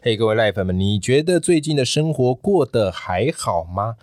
嘿、各位赖粉们，你觉得最近的生活过得还好吗？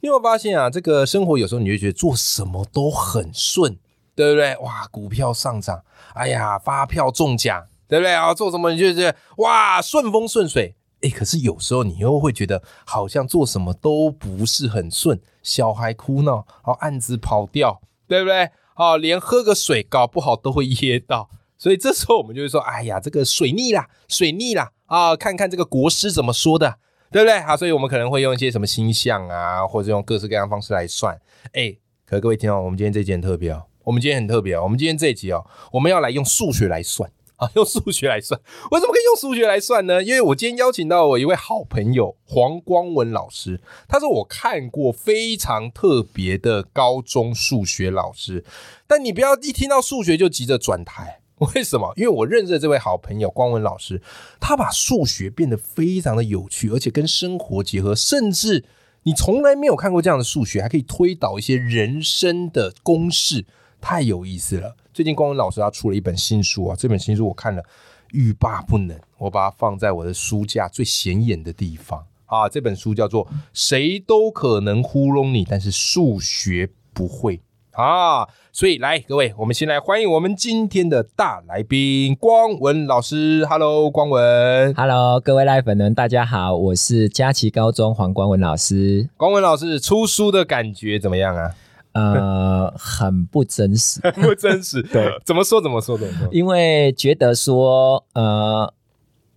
你有没有发现啊，这个生活有时候你就觉得做什么都很顺，对不对？哇，股票上涨，哎呀，发票中奖，对不对啊？做什么你就觉得哇，顺风顺水。哎，可是有时候你又会觉得好像做什么都不是很顺，小孩哭闹，好案子跑掉，对不对？哦，连喝个水搞不好都会噎到。所以这时候我们就会说，哎呀，这个水逆啦，水逆啦，啊，看看这个国师怎么说的，对不对？啊，所以我们可能会用一些什么星象啊，或者用各式各样的方式来算。哎，可是各位听哦，我们今天这集很特别哦，我们今天很特别哦，我们今天这一集哦，我们要来用数学来算。 啊，用数学来算，为什么可以用数学来算呢？因为我今天邀请到我一位好朋友黄光文老师，他是我看过非常特别的高中数学老师。但你不要一听到数学就急着转台， 为什么？因为我认识的这位好朋友光文老师，他把数学变得非常的有趣，而且跟生活结合，甚至你从来没有看过这样的数学，还可以推导一些人生的公式，太有意思了。最近光文老师他出了一本新书啊，这本新书我看了欲罢不能，我把它放在我的书架最显眼的地方啊。这本书叫做《谁都可能糊弄你，但是数学不会》。啊，所以来各位，我们先来欢迎我们今天的大来宾光文老师。Hello，光 文， Hello，各位赖粉们，大家好，我是佳琪高中黄光文老师。光文老师出书的感觉怎么样啊？呃，很不 真实，不真实， 对，怎么说怎么说怎么说？因为觉得说，呃，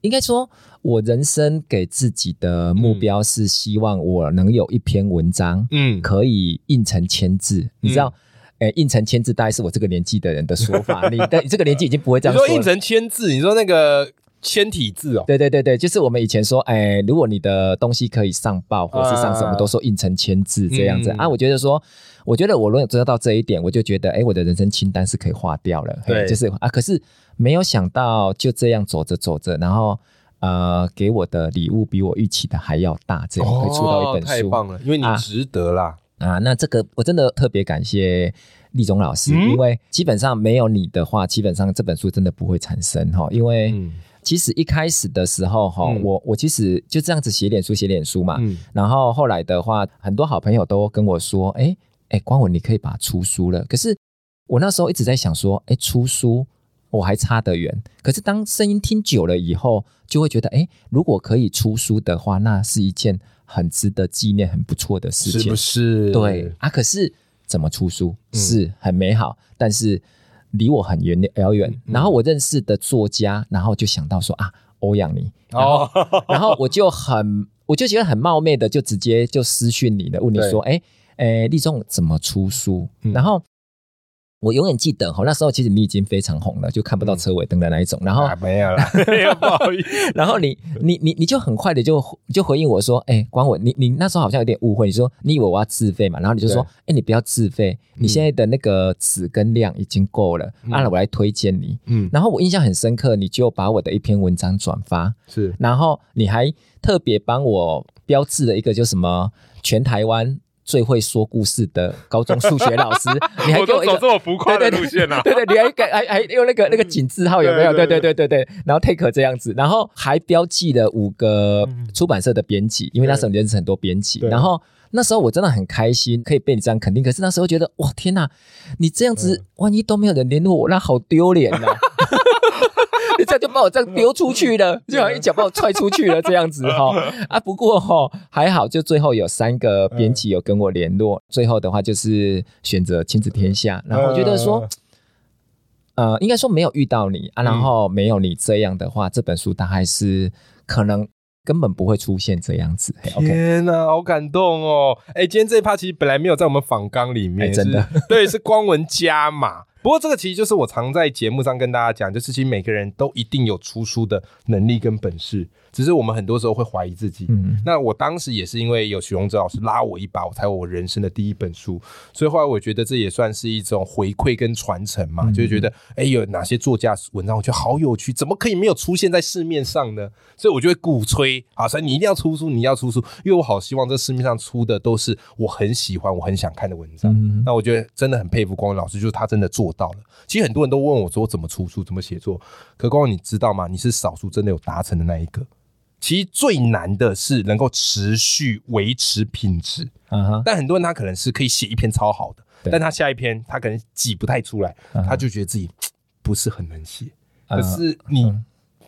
应该说，我人生给自己的目标是希望我能有一篇文章嗯，可以印成千字，你知道。诶，印成千字大概是我这个年纪的人的 说法。你的你这个年纪已经不会这你样说说了。印成千字，你说那个千体字哦，对对对对，就是我们以前说，哎，如果你的东西可以上报或是上什么，啊都说印成千字这样子、嗯啊。我觉得说，我觉得我如果做到这一点，我就觉得，哎，我的人生清单是可以划掉了。嘿对就是啊，可是没有想到就这样走着走着，然后呃，给我的礼物比我预期的还要大，这样会出到一哦本太书、棒了，因为你啊值得啦。啊。那这个我真的特别感谢。立中老师，嗯因为基本上没有你的话，基本上这本书真的不会产生哈，因为、嗯其实一开始的时候哈、嗯我我其实就这样子写脸书写脸书嘛、嗯，然后后来的话，很多好朋友都跟我说，哎哎，光文你可以把它出书了。可是我那时候一直在想说，哎，出书我还差得远。可是当声音听久了以后，就会觉得，哎，如果可以出书的话，那是一件很值得纪念、很不错的事情。是不是？对，啊，可是怎么出书嗯是很美好，但是离我很远遥远。嗯然后我认识的作家，然后就想到说啊，欧 阳你，哦，然后我就很，我就觉得很冒昧的，就直接就私讯你了，问你说，哎哎，立中怎么出书？嗯然后。我永远记得哈，那时候其实你已经非常红了，就看不嗯到车尾灯的那一种。然后啊没有 啦， 没有不好意思。然后你你你你就很快的就就回应我说，哎、光文，你你那时候好像有点误会，你说你以为我要自费嘛？然后你就说，对哎、你不要自费，嗯你现在的那个纸跟量已经够了，嗯按、了我来推荐你。嗯，然后我印象很深刻，你就把我的一篇文章转发，是然后你还特别帮我标志了一个，就什么全台湾最会说故事的高中数 学老师，你还我给都我一走个这么浮夸的路线了、啊嗯对对，你还改还还用那个那个井字号有没有？对对对对对对对，然后 take 这样子，然后还标记了五个出版社的编辑，因为那时候你认识很多编辑，嗯对然后。那时候我真的很开心，可以被你这样肯定。可是那时候觉得，哇，天哪！你这嗯样子，万一都没有人联络我，那好丢 脸呐！你这样就把我这样丢出去了，嗯就好像一脚把我踹出去了这样子哈、啊，不过哈、还好，就最后有三个嗯编辑有跟我联络，最后的话就是选择亲子天下。然后我觉得说，嗯呃，应该说没有遇到你啊，然后没有你这样的话，这本书大概是可能根本不会出现这样子。嘿 OK，天哪、好感动 哦！哎，今天这一趴其实本来没有在我们访纲里面，哎真的是，对，是光文加码。不过这个其实就是我常在节目上跟大家讲，就是其实每个人都一定有出书的能力跟本事，只是我们很多时候会怀疑自己。嗯，那我当时也是因为有许荣哲老师拉我一把，我才有我人生的第一本书，所以后来我觉得这也算是一种回馈跟传承嘛，就是觉得哎、诶有哪些作家文章我觉得好有趣，怎么可以没有出现在市面上呢？所以我就会鼓吹啊，所以你一定要出书，你一定要出书，因为我好希望这市面上出的都是我很喜欢、我很想看的文章。嗯那我觉得真的很佩服光文老师，就是他真的做到了。其实很多人都问我说怎么出书、怎么写作，可光文你知道吗？你是少数真的有达成的那一个。其实最难的是能够持续维持品质，啊哈，但很多人他可能是可以写一篇超好的，对但他下一篇他可能挤不太出来，嗯他就觉得自己嘖不是很能写。嗯可是你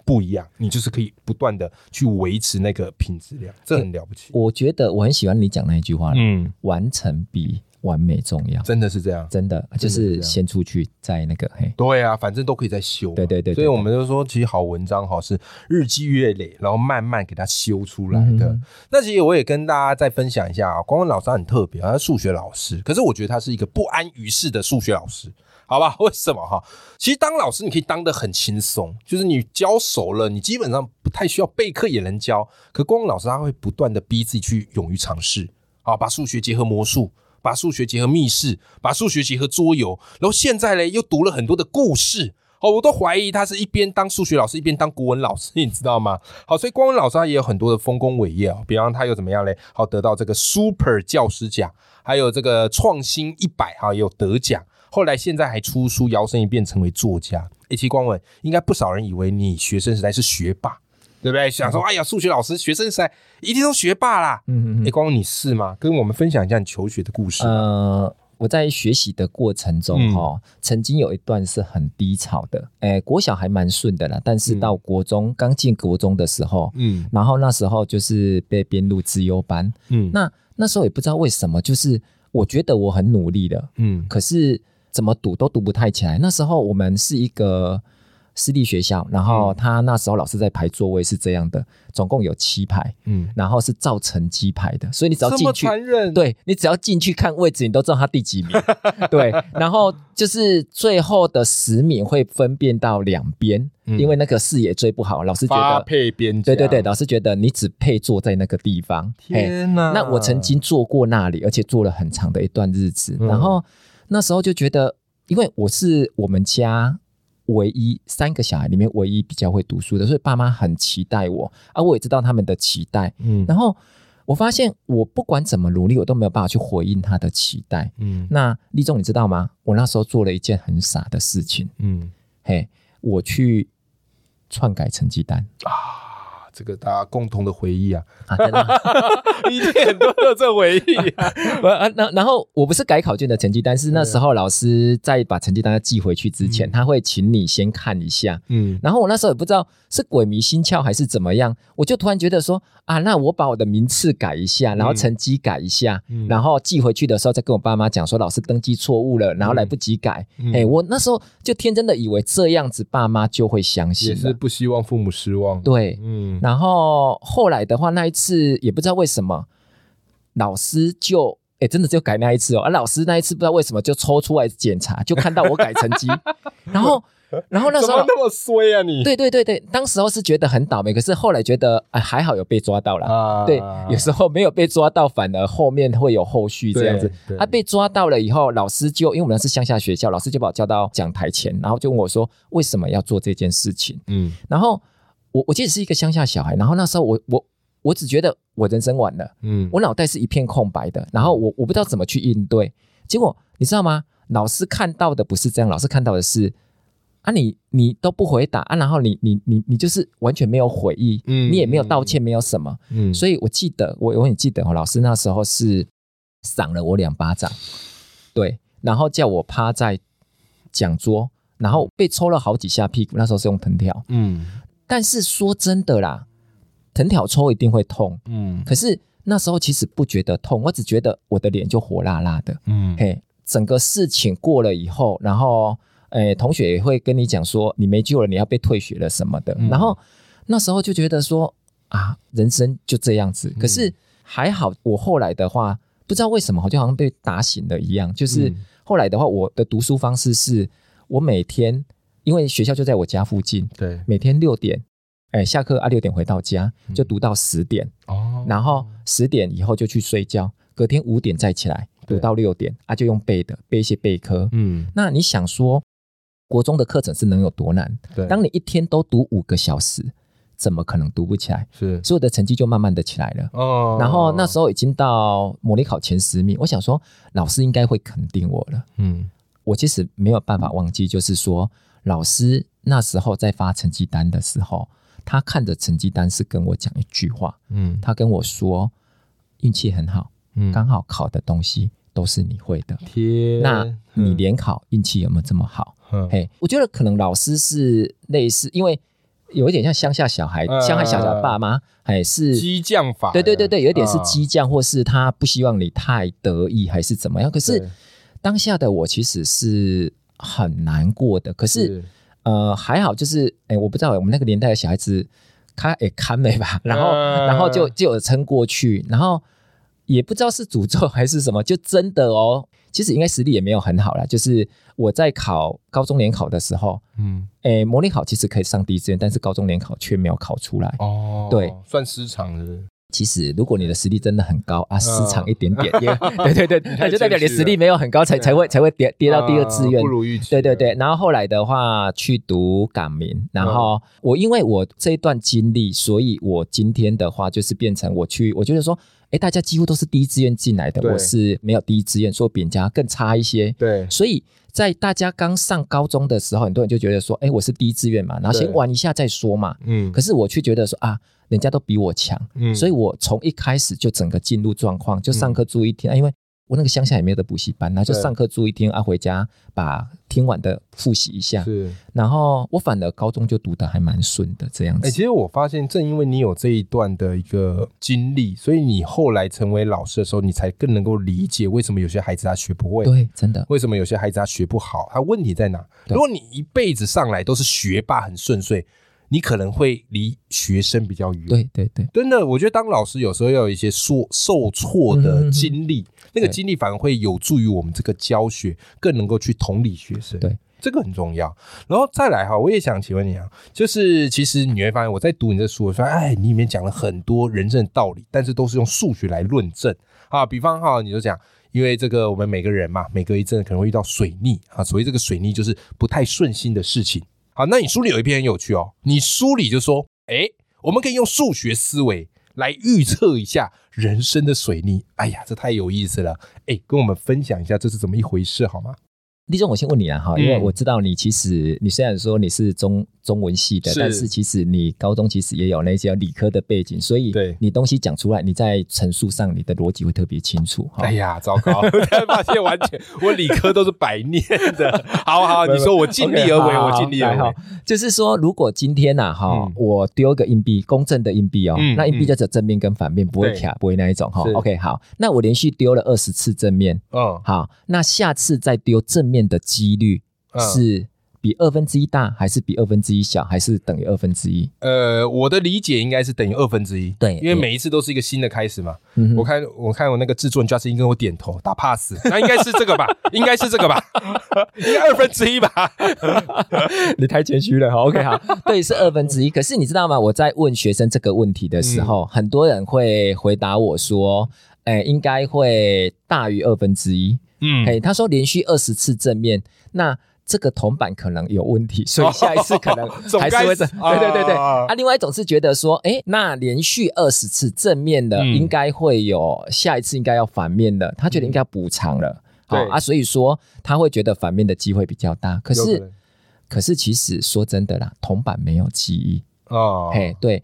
不一样，你就是可以不断的去维持那个品质量，这很了不起。我觉得我很喜欢你讲那一句话，嗯，完成比完美重要，真的是这样。真的就真的是这是样先出去再那个嘿，对啊，反正都可以再修嘛。对对对对所以我们就说，其实好文章哈是日积月累，然后慢慢给它修出来的。嗯那其实我也跟大家再分享一下啊，光文老师他很特别，他是数学老师，可是我觉得他是一个不安于世的数学老师。好吧，为什么哈？其实当老师你可以当得很轻松，就是你教熟了，你基本上不太需要备课也能教。可光文老师他会不断的逼自己去勇于尝试，啊，把数学结合魔术，把数学结合密室，把数学结合桌游，然后现在嘞又读了很多的故事。哦，我都怀疑他是一边当数学老师一边当国文老师， 你知道吗？好，所以光文老师他也有很多的丰功伟业哦，比方他又怎么样嘞？好，得到这个 Super 教师奖，还有这个创新一百哈，也有得奖。后来现在还出书，摇身一变成为作家。诶，其实光文应该不少人以为你学生时代是学霸，对不对？想说，哎呀，数学老师学生时代一定都学霸啦。嗯诶，光文你是吗？跟我们分享一下你求学的故事。呃，我在学习的过程中嗯哈、曾经有一段是很低潮的。诶，国小还蛮顺的啦，但是到国中、刚进国中的时候，嗯然后那时候就是被编入资优班。嗯那那时候也不知道为什么，就是我觉得我很努力了，嗯可是怎么读都读不太起来。那时候我们是一个私立学校，然后嗯他那时候老师在排座位是这样的，总共有七排，嗯，然后是照成绩排的，所以你只要这进么去，残忍，，对你只要进去看位置，你都知道他第几 名。对，然后就是最后的十名会分辨到两边，嗯因为那个视野最不好，老师觉发得。配边对对对，，老师觉得你只配坐在那个地方。嘿，天哪！那我曾经坐过那里，而且坐了很长的一段日子。嗯然后那时候就觉得，因为我是我们家唯一三个小孩里面唯一比较会读书的，所以爸妈很期待我，啊，我也知道他们的期待。嗯然后我发现我不管怎么努力，我都没有办法去回应他的期待。嗯那立仲，你知道吗？我那时候做了一件很傻的事情，嗯嘿，我去篡改成绩单啊，这个大家共同的回忆 啊，啊，真的吗一定很多的这回忆啊。 我啊，那然后我不是改考卷的成绩单，是那时候老师在把成绩单寄回去之前，嗯他会请你先看一下。 嗯然后我那时候也不知道是鬼迷心窍还是怎么样，我就突然觉得说啊，那我把我的名次改一下，然后成绩改一下，嗯然后寄回去的时候再跟我爸妈讲说老师登记错误了，然后来不及改。哎、嗯我那时候就天真的以为这样子爸妈就会相信也了，是不希望父母失望。，对。嗯然后后来的话，那一次也不知道为什么，老师就。哎，真的就改那一次哦，啊，老师那一次不知道为什么就抽出来 检查，就看到我改成绩，然后，然后那时怎候么那么衰啊你？对对对对，当时候是觉得很倒霉，可是后来觉得哎还好有被抓到了。啊对，有时候没有被抓到，反而后面会有后续这样子对对。啊，被抓到了以后，老师就因为我们是乡下学校，老师就把我叫到讲台前，然后就问我说为什么要做这件事情。嗯然后我我记得是一个乡下小孩，然后那时候我我我只觉得我人生完了，嗯我脑袋是一片空白的，然后我我不知道怎么去应对。结果你知道吗？老师看到的不是这样，老师看到的是啊你，你都不回答啊，然后你你你你就是完全没有悔意，嗯你也没有道歉，没有什么。嗯所以我记得，我永远记得哦，老师那时候是赏了我两巴掌，对，然后叫我趴在讲桌，然后被抽了好几下屁股。那时候是用藤条，嗯但是说真的啦，藤条抽一定会痛，嗯可是那时候其实不觉得痛，我只觉得我的脸就火辣辣的。嗯嘿，整个事情过了以后，然后诶，同学也会跟你讲说你没救了，你要被退学了什么的。嗯然后那时候就觉得说啊，人生就这样嗯子。可是还好，我后来的话，不知道为什么，我就好像被打醒了一样。就是嗯后来的话，我的读书方式是我每天因为学校就在我家附近，对，每天六点，哎，下课啊六点回到家，嗯就读到十点，哦，然后十点以后就去睡觉，隔天五点再起来对读到六点啊，就用背的背一些备课。嗯，那你想说，国中的课程是能有多难？对，当你一天都读五个小时，怎么可能读不起来？是所以我的成绩就慢慢的起来了。哦，然后那时候，候已经到模拟考前十名，我想说老师应该会肯定我了。嗯，我其实没有办法忘记，就是说老师那时候在发成绩单的时候，他看着成绩单是跟我讲一句话，嗯，他跟我说运气很好，嗯刚好考的东西都是你会的。贴，那你联考运气有没有这么好？嗯嘿，我觉得可能老师是类似，因为有一点像乡下小孩，呃乡下小孩的爸妈，哎是激将法，对对对对，有一点是啊激将，或是他不希望你太得意，还是怎么样？可是对当下的我其实是很难过的。可是呃，还好，就是哎，我不知道我们那个年代的小孩子，他也看美吧， 然后嗯然后就就有撑过去，然后也不知道是诅咒还是什么，就真的哦。其实应该实力也没有很好啦，就是我在考高中联考的时候，嗯，哎，模拟考其实可以上第一志愿，但是高中联考却没有考出来。哦，对，算失常是不是其实，如果你的实力真的很高啊，市场一点点，也对对对，太那就代表你谦虚实力没有很高，才了才会才会跌跌到第二志愿啊不。如预期，对对对，，然后后来的话去读港民，然嗯后我因为我这一段经历，所以我今天的话就是变成我去，我觉得说，哎，大家几乎都是第一志愿进来的，对我是没有第一志愿，说比人家更差一些。对，所以在大家刚上高中的时候，很多人就觉得说，哎，我是第一志愿嘛，然后对先玩一下再说嘛。嗯，可是我却觉得说啊，人家都比我强，嗯所以我从一开始就整个进入状况，就上课住一天，啊因为我那个乡下也没有的补习班，然后就嗯对上课住一天啊，回家把听完的复习一下，是，然后我反而高中就读的还蛮顺的这样哎，子。其实我发现，正因为你有这一段的一个经历，所以你后来成为老师的时候，你才更能够理解为什么有些孩子他学不会。对，真的，为什么有些孩子他学不好？他问题在哪？对如果你一辈子上来都是学霸，很顺遂，你可能会离学生比较远。对对对，真的，我觉得当老师有时候要有一些受受挫的经历，那个经历反而会有助于我们这个教学更能够去同理学生。对。这个很重要，然后再来哈，我也想请问你啊，就是其实你会发现，我在读你这书，我发现哎，你里面讲了很多人生的道理，但是都是用数学来论证啊。比方哈，你就讲，因为这个我们每个人嘛，每隔一阵可能会遇到水逆啊，所谓这个水逆就是不太顺心的事情。好，那你书里有一篇很有趣哦，你书里就说，哎，我们可以用数学思维来预测一下人生的水逆。哎呀，这太有意思了！哎，跟我们分享一下这是怎么一回事好吗？立中，我先问你啊哈，嗯因为我知道你其实你虽然说你是中中文系的，是但是其实你高中其实也有那些理科的背景，所以对你东西讲出来，你在陈述上你的逻辑会特别清楚哈。哎呀，糟 糕！我突然发现完全我理科都是白念 的。好好，你说我尽力而 OK，为，好我尽力而来为哈。就是说，如果今天呐、哈、嗯我丢一个硬币，公正的硬币哦，嗯那硬币就只有正面跟反面，不会对卡，不会那一种哈、是 OK，好，那我连续丢了二十次正面，嗯好，那下次再丢正面的几率嗯是比二分之一大，还是比二分之一小，还是等于二分之一？呃，我的理解应该是等于二分之一，对因为每一次都是一个新的开始嘛。嗯哼我 看我看我那个制作人 Justin 跟我点头打 pass，那应该是这个 吧？应该是这个吧？应该二分之一吧？你太谦虚了哈。OK，好， 对，是二分之一。可是你知道吗？我在问学生这个问题的时候，嗯很多人会回答我说：“哎、应该会大于二分之一。”嗯，哎，他说连续二十次正面，那这个铜板可能有问 题，所以下一次可能总还是该会是正。对对对对。啊啊，另外一种是觉得说，哎，那连续二十次正面的，嗯应该会有下一次应该要反面的，他觉得应该补偿了。好嗯对啊，所以说他会觉得反面的机会比较大。可有是能可是其实说真的啦，铜板没有记忆。哦，嘿，对，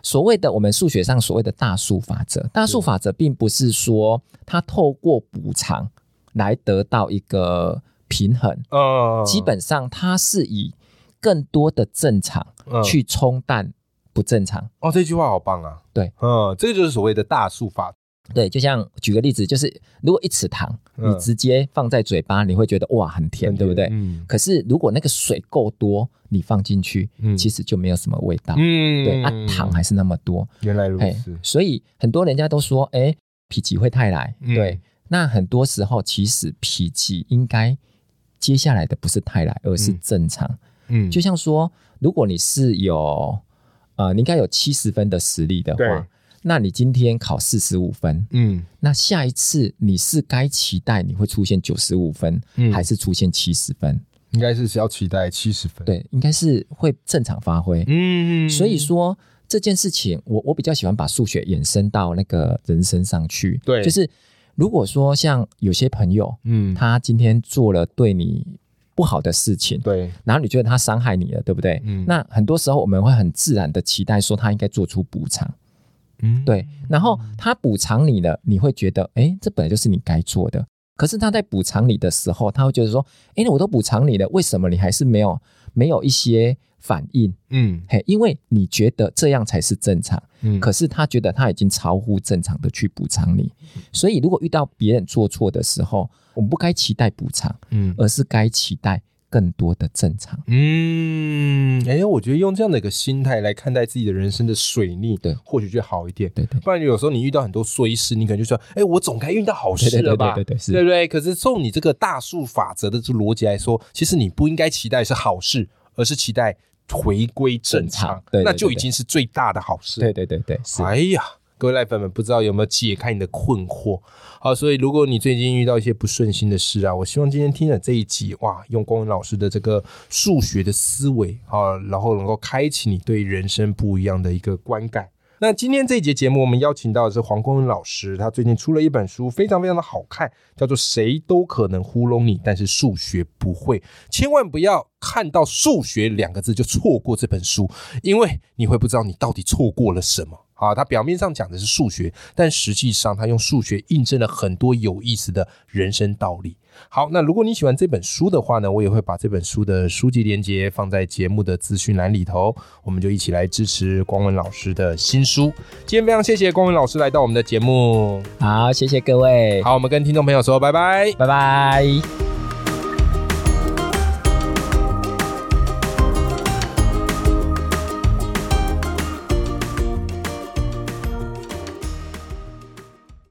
所谓的我们数学上所谓的大数法则，大数法则并不是说它透过补偿来得到一个平衡，嗯，基本上它是以更多的正常嗯去冲淡不正常。哦，这句话好棒啊！对，嗯，这个就是所谓的大数法则。对，就像举个例子，就是如果一匙糖嗯你直接放在嘴巴，你会觉得哇很甜，对不对？嗯可是如果那个水够多，你放进去，嗯其实就没有什么味道。嗯对，啊，糖还是那么多。原来如嘿此，所以很多人家都说，哎、否极会泰来。嗯对，那很多时候其实否极应该接下来的不是太来，而是嗯正常。嗯，就像说，如果你是有呃，你应该有七十分的实力的对话，那你今天考四十五分，嗯那下一次你是该期待你会出现九十五分，嗯还是出现七十分？应该是要期待七十分，，对，应该是会正常发挥。嗯，所以说这件事情，我我比较喜欢把数学延伸到那个人身上去。对就是如果说像有些朋友，嗯，他今天做了对你不好的事情，对，然后你觉得他伤害你了，对不对？嗯那很多时候我们会很自然的期待说他应该做出补偿，嗯，对。然后他补偿你了，你会觉得，哎，这本来就是你该做的。可是他在补偿你的时候，他会觉得说，哎，我都补偿你了，为什么你还是没有没有一些反应？嗯嘿，因为你觉得这样才是正常，嗯，可是他觉得他已经超乎正常的去补偿你，嗯所以如果遇到别人做错的时候，我们不该期待补偿，嗯而是该期待更多的正常。嗯，哎，我觉得用这样的一个心态来看待自己的人生的水逆，对或许就好一点。对对不然有时候你遇到很多衰事，你可能就说，哎，我总该遇到好对事对了对吧？对对对，是对不对？可是从你这个大数法则的这逻辑来说，其实你不应该期待是好事，而是期待回归正正常常，对对那就对已经是最大的好事。对对对对是，哎呀，各位赖粉们，不知道有没有解开你的困惑？好，所以如果你最近遇到一些不顺心的事啊，我希望今天听了这一集，哇，用光文老师的这个数学的思维啊，然后能够开启你对人生不一样的一个观感。那今天这一节节目，我们邀请到的是黄光文老师，他最近出了一本书，非常非常的好看，叫做《谁都可能糊弄你，但是数学不会》。千万不要看到“数学”两个字就错过这本书，因为你会不知道你到底错过了什么。啊，他表面上讲的是数学，但实际上他用数学印证了很多有意思的人生道理。好，那如果你喜欢这本书的话呢，我也会把这本书的书籍链接放在节目的资讯栏里头，我们就一起来支持光文老师的新书。今天非常谢谢光文老师来到我们的节目，好，谢谢各位，好，我们跟听众朋友说拜拜。拜拜。